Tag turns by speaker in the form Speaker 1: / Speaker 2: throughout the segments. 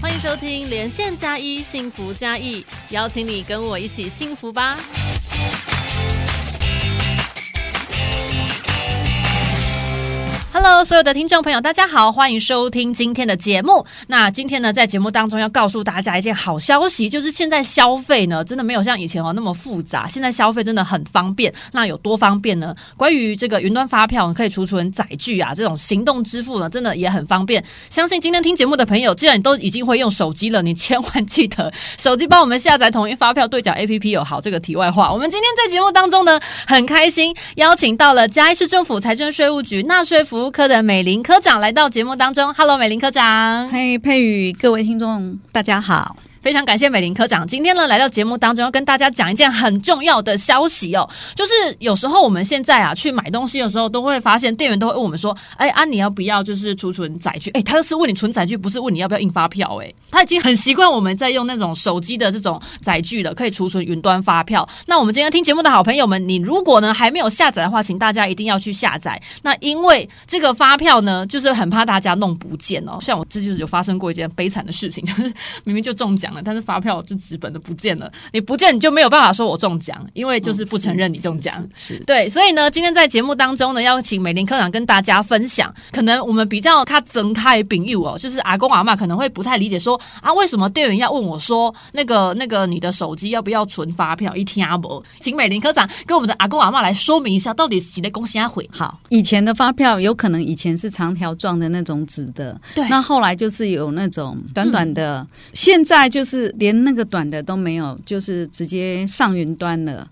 Speaker 1: 欢迎收听《连线加一幸福加一》，邀请你跟我一起幸福吧。Hello，所有的听众朋友，大家好，欢迎收听今天的节目。那今天呢，在节目当中要告诉大家一件好消息，就是现在消费呢，真的没有像以前哦那么复杂，现在消费真的很方便。那有多方便呢？关于这个云端发票可以储存载具啊，这种行动支付呢，真的也很方便。相信今天听节目的朋友，既然你都已经会用手机了，你千万记得手机帮我们下载统一发票对角 APP 有好。这个题外话，我们今天在节目当中呢，很开心邀请到了嘉义市政府财政税务局纳税服务科的美玲科长来到节目当中。Hello，美玲科长。
Speaker 2: 嘿，佩宇，各位听众，大家好。
Speaker 1: 非常感谢美玲科长，今天呢来到节目当中，要跟大家讲一件很重要的消息哦，就是有时候我们现在啊去买东西的时候，都会发现店员都会问我们说，哎啊你要不要就是储存载具？哎，他就是问你存载具，不是问你要不要印发票、哎，他已经很习惯我们在用那种手机的这种载具了，可以储存云端发票。那我们今天听节目的好朋友们，你如果呢还没有下载的话，请大家一定要去下载。那因为这个发票呢，就是很怕大家弄不见哦，像我这就是有发生过一件悲惨的事情，就是明明就中奖了，但是发票就纸本的不见了，你不见你就没有办法说我中奖，因为就是不承认你中奖。
Speaker 2: 哦是
Speaker 1: 对，所以呢，今天在节目当中呢，要请美玲科长跟大家分享，可能我们比较他睁开饼友哦，就是阿公阿嬷可能会不太理解说啊，为什么店员要问我说那个那个你的手机要不要存发票？一听阿伯，请美玲科长跟我们的阿公阿嬷来说明一下，到底是几类公司要毁？
Speaker 2: 好，以前的发票有可能以前是长条状的那种纸的，
Speaker 1: 对嗯
Speaker 2: 那后来就是有那种短短的，现在就是连那个短的都没有，就是直接上云端了。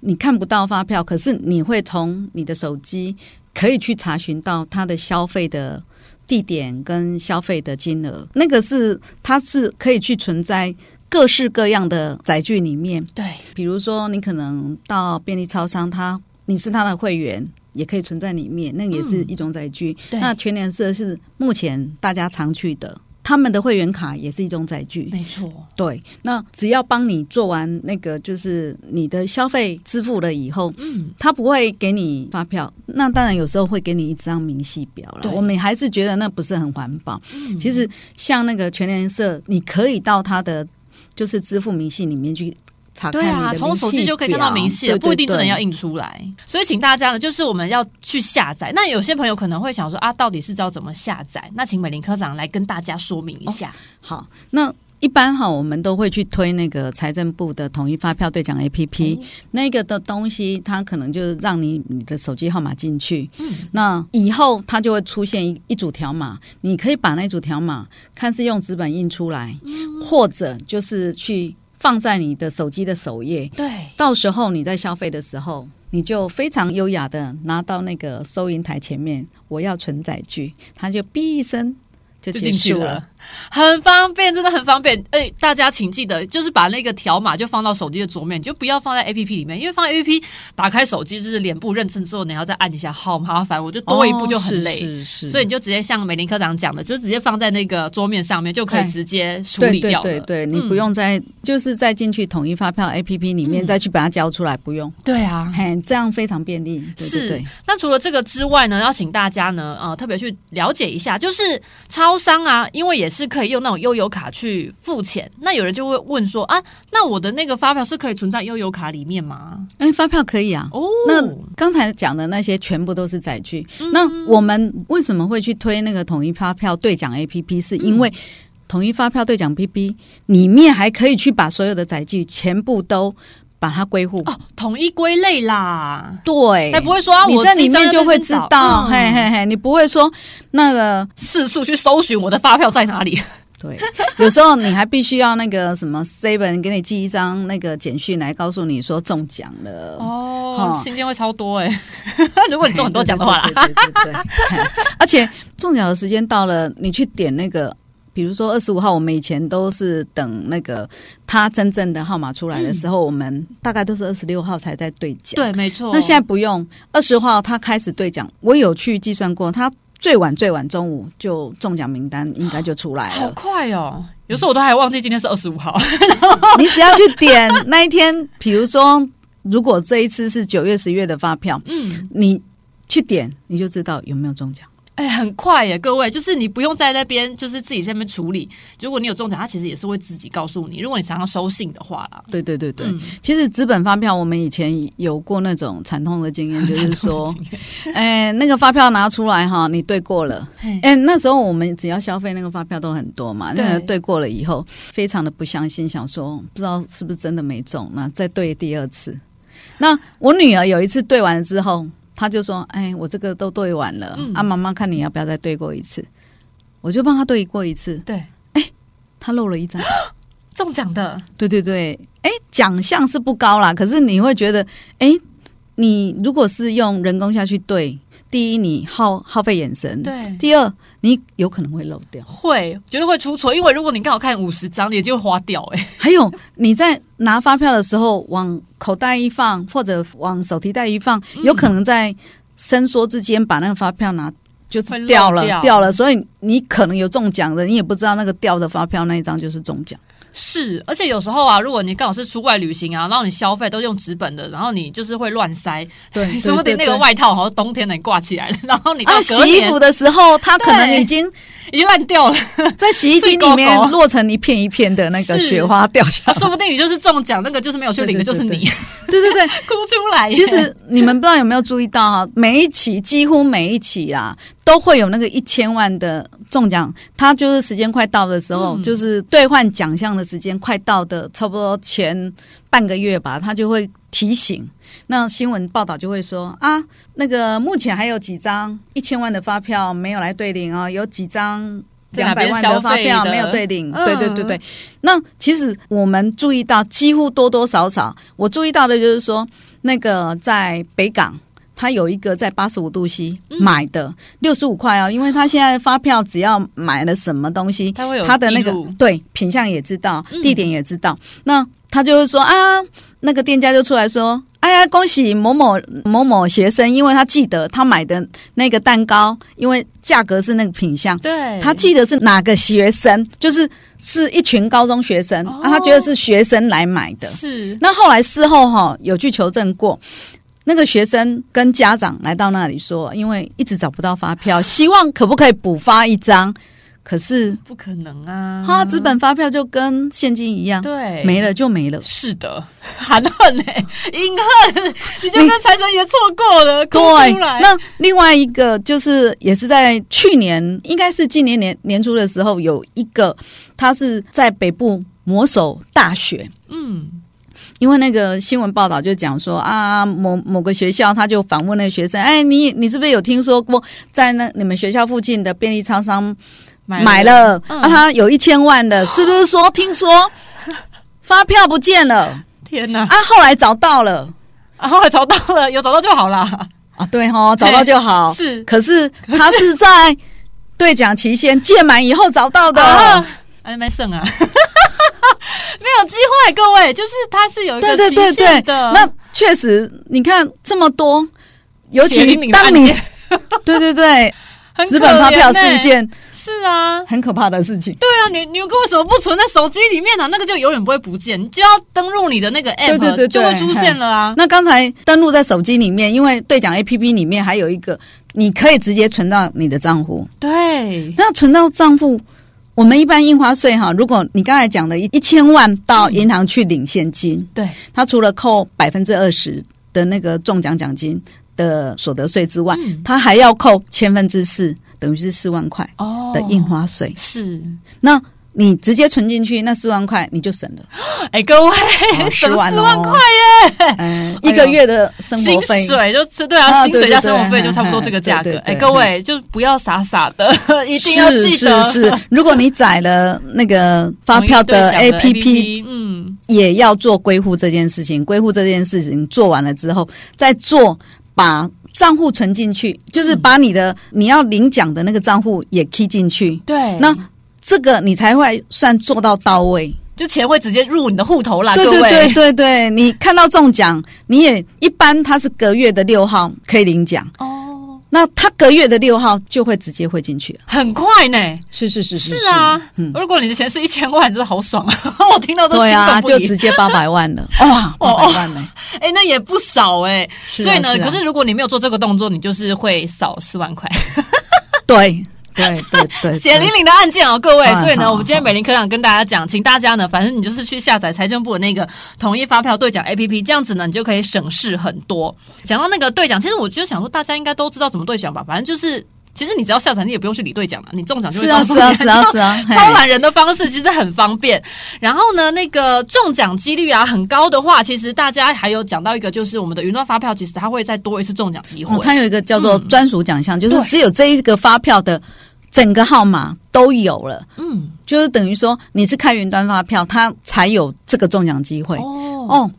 Speaker 2: 你看不到发票，可是你会从你的手机可以去查询到它的消费的地点跟消费的金额，那个是它是可以去存在各式各样的载具里面。
Speaker 1: 对，
Speaker 2: 比如说，你可能到便利超商，它你是它的会员，也可以存在里面，那也是一种载具。
Speaker 1: 对
Speaker 2: 那全联社是目前大家常去的，他们的会员卡也是一种载具。
Speaker 1: 没错，
Speaker 2: 对，那只要帮你做完那个，就是你的消费支付了以后，
Speaker 1: 嗯，
Speaker 2: 他不会给你发票。那当然有时候会给你一张明细表了
Speaker 1: 对，
Speaker 2: 我们还是觉得那不是很环保。
Speaker 1: 嗯
Speaker 2: 其实像那个全联社，你可以到他的就是支付明细里面去查看
Speaker 1: 对
Speaker 2: 你的
Speaker 1: 啊，
Speaker 2: 明
Speaker 1: 从手
Speaker 2: 细
Speaker 1: 机就可以看
Speaker 2: 表
Speaker 1: 到明细
Speaker 2: 对
Speaker 1: 了，不一定真的要
Speaker 2: 对
Speaker 1: 印出来。所以请大家呢，就是我们要去下载。那有些朋友可能会想说啊，到底是要怎么下载？那请美玲科长来跟大家说明一下。
Speaker 2: 好。那一般哈，我们都会去推那个财政部的统一发票兑奖 APP，、那个的东西，它可能就是让你你的手机号码进去，
Speaker 1: 嗯，
Speaker 2: 那以后它就会出现一一组条码，你可以把那组条码看是用纸本印出来，
Speaker 1: 嗯
Speaker 2: 或者就是去放在你的手机的首页，
Speaker 1: 对，
Speaker 2: 到时候你在消费的时候，你就非常优雅的拿到那个收银台前面，我要存载具，它就哔一声就
Speaker 1: 就
Speaker 2: 结
Speaker 1: 进去
Speaker 2: 束
Speaker 1: 了，很方便，真的很方便。哎、大家请记得，就是把那个条码就放到手机的桌面，你就不要放在 APP 里面，因为放 APP 打开手机就是脸部认证之后，你还要再按一下，好麻烦，我就多一步就很累。
Speaker 2: 哦是是是
Speaker 1: 所以你就直接像美玲科长讲的，就直接放在那个桌面上面，就可以
Speaker 2: 对
Speaker 1: 直接处
Speaker 2: 对
Speaker 1: 理
Speaker 2: 对
Speaker 1: 掉了。
Speaker 2: 对对，你不
Speaker 1: 嗯
Speaker 2: 用再、就是再进去统一发票 APP 里面、
Speaker 1: 嗯
Speaker 2: 再去把它交出来，不用，
Speaker 1: 对啊，
Speaker 2: 嘿，这样非常便利。对
Speaker 1: 是
Speaker 2: 对对
Speaker 1: 那除了这个之外呢，要请大家呢，呃，特别去了解一下，就是超商啊，因为也是可以用那种悠游卡去付钱。那有人就会问说啊，那我的那个发票是可以存在悠游卡里面吗？
Speaker 2: 哎、发票可以啊。
Speaker 1: 哦，
Speaker 2: 那刚才讲的那些全部都是载具。
Speaker 1: 嗯
Speaker 2: 那我们为什么会去推那个统一发票兑奖
Speaker 1: 嗯
Speaker 2: APP？是因为统一发票兑奖 PP 里面还可以去把所有的载具全部都把它归户。
Speaker 1: 哦，统一归类啦，
Speaker 2: 对，
Speaker 1: 才不会说啊，
Speaker 2: 哎你
Speaker 1: 我
Speaker 2: 在
Speaker 1: 自己
Speaker 2: 里面
Speaker 1: 在那
Speaker 2: 就
Speaker 1: 边
Speaker 2: 会知
Speaker 1: 找
Speaker 2: 道，
Speaker 1: 嗯
Speaker 2: 嘿嘿嘿，你不会说那个
Speaker 1: 四处去搜寻我的发票在哪里。
Speaker 2: 对，有时候你还必须要那个什么 seven 给你寄一张那个简讯来告诉你说中奖 了。
Speaker 1: 哦，
Speaker 2: 哦哎
Speaker 1: 信件会超多哎、 如果你中很多奖的话啦，
Speaker 2: 对对对对对对对嘿而且中奖的时间到了，你去点那个，比如说二十五号，我们以前都是等那个他真正的号码出来的时候，我们大概都是二十六号才在兑奖。，
Speaker 1: 对，没错。
Speaker 2: 那现在不用，二十号他开始兑奖，我有去计算过，他最晚最晚中午就中奖名单应该就出来
Speaker 1: 好
Speaker 2: 了。
Speaker 1: 快哦，有时候我都还忘记今天是二十五号。
Speaker 2: 你只要去点那一天，比如说，如果这一次是九月、十月的发票，
Speaker 1: 嗯，
Speaker 2: 你去点，你就知道有没有中奖。
Speaker 1: 哎、很快耶，各位，就是你不用在那边，就是自己在那边处理。如果你有中奖，它其实也是会自己告诉你。如果你常常收信的话啦，
Speaker 2: 对对对对，
Speaker 1: 嗯
Speaker 2: 其实纸本发票我们以前有过那种 惨痛的经验，就是说，哎，那个发票拿出来哈，你对过了。
Speaker 1: 嘿
Speaker 2: 哎、那时候我们只要消费那个发票都很多嘛，那个
Speaker 1: 对
Speaker 2: 对过了以后，非常的不相信，想说不知道是不是真的没中，那再对第二次。那我女儿有一次对完之后，她就说：“哎，我这个都对完了，
Speaker 1: 嗯
Speaker 2: 啊，妈妈看你要不要再对过一次。”我就帮她对过一次，
Speaker 1: 对，
Speaker 2: 她漏了 一张。
Speaker 1: 中奖的，
Speaker 2: 对对对，哎，奖项是不高啦，可是你会觉得，哎，你如果是用人工下去对，第一你耗耗费眼神，
Speaker 1: 对
Speaker 2: 第二你有可能会漏掉。
Speaker 1: 会嗯绝对会出错，因为如果你刚好看五十张，你就会花掉、哎，
Speaker 2: 还有你在拿发票的时候，往口袋一放，或者往手提袋一放，
Speaker 1: 嗯
Speaker 2: 有可能在伸缩之间把那个发票拿。就是
Speaker 1: 会漏
Speaker 2: 掉了，
Speaker 1: 掉
Speaker 2: 掉了，所以你可能有中奖的，你也不知道那个掉的发票那一张就是中奖。
Speaker 1: 是，而且有时候啊，如果你刚好是出外旅行啊，然后你消费都用纸本的，然后你就是会乱塞，
Speaker 2: 对，
Speaker 1: 你
Speaker 2: 对
Speaker 1: 说不定那个
Speaker 2: 对
Speaker 1: 外套好像冬天的你挂起来了，然后你到
Speaker 2: 啊，洗
Speaker 1: 隔
Speaker 2: 衣
Speaker 1: 年
Speaker 2: 服的时候，它可能
Speaker 1: 对
Speaker 2: 已经
Speaker 1: 已经烂掉了，
Speaker 2: 在洗衣机
Speaker 1: 碎
Speaker 2: 里
Speaker 1: 勾
Speaker 2: 面
Speaker 1: 勾
Speaker 2: 落成一片一片的那个
Speaker 1: 是
Speaker 2: 雪花掉 下来。
Speaker 1: 说不定你就是中奖，那个就是没有去领的，
Speaker 2: 对
Speaker 1: 就
Speaker 2: 对
Speaker 1: 是
Speaker 2: 对
Speaker 1: 你
Speaker 2: 对对对，
Speaker 1: 哭出来耶。
Speaker 2: 其实你们不知道有没有注意到啊，每一期几乎每一期啊，都会有那个一千万的中奖，它就是时间快到的时候，
Speaker 1: 嗯
Speaker 2: 就是兑换奖项的时间快到的，差不多前半个月吧，它就会提醒。那新闻报道就会说啊，那个目前还有几张一千万的发票没有来对领哦，有几张
Speaker 1: 在
Speaker 2: 两
Speaker 1: 哪
Speaker 2: 百
Speaker 1: 边
Speaker 2: 万的发
Speaker 1: 啊消
Speaker 2: 票
Speaker 1: 费的
Speaker 2: 没有对领。
Speaker 1: 嗯
Speaker 2: 对对对对，那其实我们注意到，几乎多多少少，我注意到的就是说，那个在北港。他有一个在八十五度 C
Speaker 1: 嗯
Speaker 2: 买的六十五块哦，因为他现在发票只要买了什么东西，
Speaker 1: 他会有
Speaker 2: 他的那个
Speaker 1: 记录
Speaker 2: 对品相也知道，
Speaker 1: 嗯
Speaker 2: 地点也知道。那他就会说啊，那个店家就出来说，哎呀，恭喜某某某某学生，因为他记得他买的那个蛋糕，因为价格是那个品相，
Speaker 1: 对
Speaker 2: 他记得是哪个学生，就是是一群高中学生、
Speaker 1: 哦
Speaker 2: 啊，他觉得是学生来买的。
Speaker 1: 是
Speaker 2: 那后来事后哈、有去求证过，那个学生跟家长来到那里说，因为一直找不到发票，希望可不可以补发一张，可是
Speaker 1: 不可能啊，
Speaker 2: 他纸本发票就跟现金一样，
Speaker 1: 对
Speaker 2: 没了就没了。
Speaker 1: 是的，含恨哎、隐恨，你就跟财神爷错过了，哭
Speaker 2: 对
Speaker 1: 出，来。
Speaker 2: 那另外一个就是也是在去年，应该是今年年年初的时候，有一个他是在北部某首大学，
Speaker 1: 嗯，
Speaker 2: 因为那个新闻报道就讲说啊，某某个学校他就访问那个学生，哎，你你是不是有听说过在那你们学校附近的便利超商买了，
Speaker 1: 嗯
Speaker 2: 啊，他有一千万的，是不是说听说发票不见了
Speaker 1: 天哪！
Speaker 2: 啊？后来找到了
Speaker 1: 啊，后来找到了，有找到就好啦。
Speaker 2: 啊，对哦，找到就 好。
Speaker 1: 是
Speaker 2: 可是他是在兑奖期限届满以后找到的。
Speaker 1: 啊，哎，没剩啊， 没有机会，各位，就是它是有一
Speaker 2: 对
Speaker 1: 个
Speaker 2: 对
Speaker 1: 期
Speaker 2: 对对
Speaker 1: 限，的。
Speaker 2: 那确实，你看这么多，尤
Speaker 1: 血
Speaker 2: 其
Speaker 1: 淋淋的
Speaker 2: 当
Speaker 1: 案
Speaker 2: 你
Speaker 1: 件
Speaker 2: 对对对，
Speaker 1: 很
Speaker 2: 资
Speaker 1: 可
Speaker 2: 本发票
Speaker 1: 怜欸
Speaker 2: 是一件
Speaker 1: 是啊，
Speaker 2: 很可怕的事情。
Speaker 1: 对啊，你你为什么不存在手机里面呢、啊？那个就永远不会不见，你就要登录你的那个 app，
Speaker 2: 对对对对
Speaker 1: 就会出现了啊。
Speaker 2: 那刚才登录在手机里面，因为兑奖 A P P 里面还有一个，你可以直接存到你的账户。
Speaker 1: 对，
Speaker 2: 那存到账户，我们一般印花税哈，如果你刚才讲的一一千万到
Speaker 1: 嗯
Speaker 2: 银行去领现金，
Speaker 1: 对，
Speaker 2: 他除了扣百分之二十的那个中奖奖金的所得税之外，
Speaker 1: 嗯
Speaker 2: 他还要扣千分之四，等于是四万块
Speaker 1: 哦
Speaker 2: 的印花税。
Speaker 1: 是，
Speaker 2: 那你直接存进去，那四万块你就省了
Speaker 1: 哎、各位，
Speaker 2: 十
Speaker 1: 省了
Speaker 2: 万
Speaker 1: 四
Speaker 2: 哦
Speaker 1: 万块哎
Speaker 2: 嗯、
Speaker 1: 呦
Speaker 2: 一个月的生活
Speaker 1: 薪
Speaker 2: 费。
Speaker 1: 水就吃对啊，
Speaker 2: 啊
Speaker 1: 薪水加
Speaker 2: 对对
Speaker 1: 生活费
Speaker 2: 对
Speaker 1: 就差不多这个价
Speaker 2: 对
Speaker 1: 格
Speaker 2: 对。对
Speaker 1: 哎，各位就不要傻傻的， 一定要记得
Speaker 2: 是是是，如果你载了那个发
Speaker 1: 统一
Speaker 2: 票的
Speaker 1: 兑
Speaker 2: A
Speaker 1: 奖
Speaker 2: P P，
Speaker 1: APP，嗯，
Speaker 2: 也要做归户这件事情。归户这件事情做完了之后，再做把账户存进去，就是把你的、你要领奖的那个账户也 key 进去，
Speaker 1: 对，
Speaker 2: 那这个你才会算做到到位。
Speaker 1: 就钱会直接入你的户头啦，
Speaker 2: 对
Speaker 1: 啊各
Speaker 2: 对对
Speaker 1: 位。
Speaker 2: 对对，你看到中奖，你也一般它是隔月的六号可以领奖，
Speaker 1: 哦，
Speaker 2: 那它隔月的六号就会直接汇进去了。
Speaker 1: 很快呢，
Speaker 2: 是是是嗯
Speaker 1: 是啊。如果你的钱是一千万，真的好爽啊！ 我听到都
Speaker 2: 对
Speaker 1: 兴
Speaker 2: 啊，
Speaker 1: 奋
Speaker 2: 就
Speaker 1: 不
Speaker 2: 直
Speaker 1: 已。
Speaker 2: 接八百万 了，哇，八
Speaker 1: 哦
Speaker 2: 百万呢、
Speaker 1: 哎，那也不少哎。
Speaker 2: 是啊
Speaker 1: 所以呢，
Speaker 2: 是啊
Speaker 1: 可是如果你没有做这个动作，你就是会少四万块。
Speaker 2: 对对对对对，
Speaker 1: 血淋淋的案件哦，各位
Speaker 2: 哎。
Speaker 1: 所以呢，
Speaker 2: 呃好
Speaker 1: 我们今天美林科长跟大家讲，请大家呢，反正你就是去下载财政部的那个统一发票兑奖 APP，这样子呢，你就可以省事很多。讲到那个兑奖，其实我就想说，大家应该都知道怎么兑奖吧？反正就是，其实你只要下载，你也不用去理兑奖了，你中奖就会
Speaker 2: 是啊
Speaker 1: 告诉
Speaker 2: 是啊
Speaker 1: 你
Speaker 2: 是啊 是啊，嘿
Speaker 1: 超懒人的方式其实很方便。然后呢，那个中奖几率啊很高的话，其实大家还有讲到一个，就是我们的云端发票，其实它会再多一次中奖机会。
Speaker 2: 哦，它有一个叫做
Speaker 1: 嗯
Speaker 2: 专属奖项，就是
Speaker 1: 对
Speaker 2: 只有这一个发票的整个号码都有了，
Speaker 1: 嗯，
Speaker 2: 就是等于说你是开云端发票，它才有这个中奖机会。
Speaker 1: 哦
Speaker 2: 哦，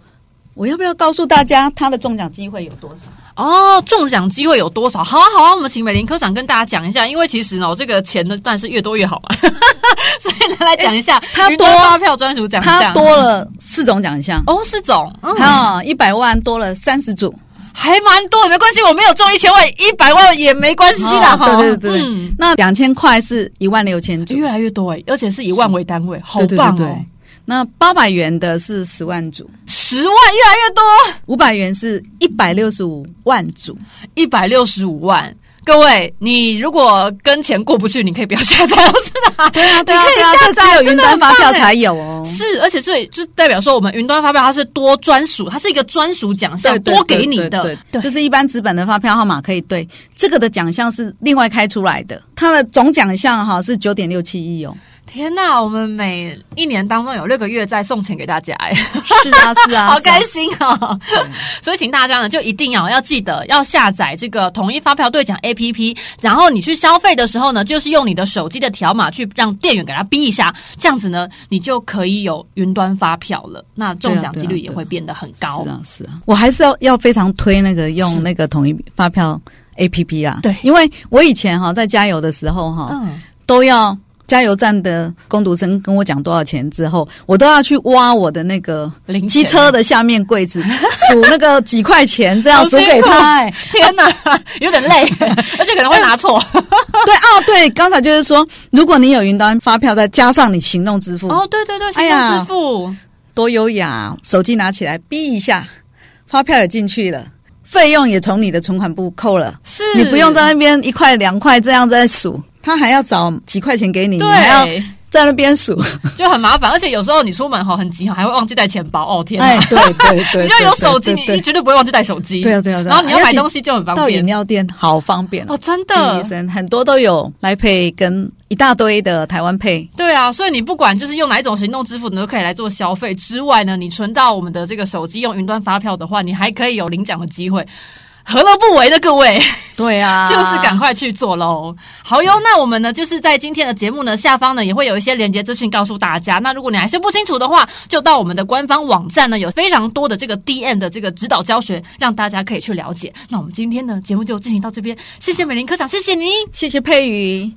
Speaker 2: 我要不要告诉大家它的中奖机会有多少？
Speaker 1: 哦，中奖机会有多少？好啊好啊，我们请美林科长跟大家讲一下，因为其实呢，哦这个钱呢，但是越多越好嘛， 所以呢，来讲一下
Speaker 2: 它
Speaker 1: 云端
Speaker 2: 多
Speaker 1: 发票专属奖项
Speaker 2: 它多了四种奖项，
Speaker 1: 哦，是总，嗯，
Speaker 2: 啊、有一百万多了三十组。
Speaker 1: 还蛮多的，没关系，我没有中一千万、一百万也没关系啦，
Speaker 2: 哦
Speaker 1: 哈、
Speaker 2: 对对对对
Speaker 1: 嗯
Speaker 2: 那两千块是一万六千组，
Speaker 1: 越来越多哎、而且是以万为单位，好
Speaker 2: 对对
Speaker 1: 棒哦！
Speaker 2: 对对。那八百元的是十万组，
Speaker 1: 十万越来越多，
Speaker 2: 五百元是一百六十五万组。
Speaker 1: 一百六十五万。各位，你如果跟钱过不去，你可以不要下载，我知道。对啊，
Speaker 2: 对啊
Speaker 1: 你可以
Speaker 2: 对啊
Speaker 1: 下
Speaker 2: 这只
Speaker 1: 载，
Speaker 2: 有云端发票才
Speaker 1: 有。
Speaker 2: 有哦。
Speaker 1: 哎是，而且这也就代表说，我们云端发票它是多专属，它是一个专属奖项，
Speaker 2: 对对
Speaker 1: 啊多给你
Speaker 2: 对对
Speaker 1: 的。
Speaker 2: 对
Speaker 1: 对，
Speaker 2: 就是一般纸本的发票号码可以对，这个的奖项是另外开出来的，它的总奖项哈是九点六七亿哦。
Speaker 1: 天哪，我们每一年当中有六个月在送钱给大家，哎，
Speaker 2: 是啊，是 啊，
Speaker 1: 好
Speaker 2: 是啊
Speaker 1: 开心哦！ 所以请大家呢，就一定要要记得要下载这个统一发票兑奖 APP，然后你去消费的时候呢，就是用你的手机的条码去让店员给他逼一下，这样子呢，你就可以有云端发票了。那中
Speaker 2: 啊
Speaker 1: 奖几率也会变得很高。
Speaker 2: 是啊，是啊，我还是要要非常推那个用那个统一发票 A P P 啊，
Speaker 1: 对
Speaker 2: 因为我以前哈在加油的时候哈、
Speaker 1: 嗯，
Speaker 2: 都要加油站的工读生跟我讲多少钱之后，我都要去挖我的那个
Speaker 1: 零钱
Speaker 2: 机车的下面柜 子数那个几块钱，这样
Speaker 1: 好
Speaker 2: 数
Speaker 1: 辛
Speaker 2: 给
Speaker 1: 苦
Speaker 2: 他。
Speaker 1: 哎！天哪， 有点 累，而且可能会拿错。
Speaker 2: 对哦，对，刚才就是说，如果你有云端发票，再加上你行动支付，
Speaker 1: 哦，对对对，行
Speaker 2: 哎
Speaker 1: 动
Speaker 2: 呀
Speaker 1: 支付。
Speaker 2: 多优雅啊！手机拿起来，逼一下，发票也进去了，费用也从你的存款部扣了。
Speaker 1: 是
Speaker 2: 你不用在那边一块两块这样在数，他还要找几块钱给你，你还要
Speaker 1: 对，
Speaker 2: 在那边数。
Speaker 1: 就很麻烦，而且有时候你出门哈很急，还会忘记带钱包。哦天哪！
Speaker 2: 哎，对对 对，
Speaker 1: 你
Speaker 2: 对
Speaker 1: 就有手机，
Speaker 2: 对
Speaker 1: 你
Speaker 2: 对
Speaker 1: 你绝对不会忘记带手机。
Speaker 2: 对啊对啊对啊哎
Speaker 1: 然后你要
Speaker 2: 而
Speaker 1: 买
Speaker 2: 且
Speaker 1: 东西就很方
Speaker 2: 到饮
Speaker 1: 便。
Speaker 2: 料店好方便
Speaker 1: 哦，真
Speaker 2: 听医
Speaker 1: 的。
Speaker 2: 生很多都有来配跟一大堆的台湾配，
Speaker 1: 对啊，所以你不管就是用哪一种行动支付，你都可以来做消费。之外呢，你存到我们的这个手机用云端发票的话，你还可以有领奖的机会，何乐不为呢？各位，
Speaker 2: 对啊
Speaker 1: 就是赶快去做喽。好哟，那我们呢就是在今天的节目呢下方呢也会有一些连接资讯告诉大家。那如果你还是不清楚的话，就到我们的官方网站呢有非常多的这个 DM 的这个指导教学，让大家可以去了解。那我们今天呢节目就进行到这边，谢谢美玲科长，谢谢您。
Speaker 2: 谢谢佩瑜，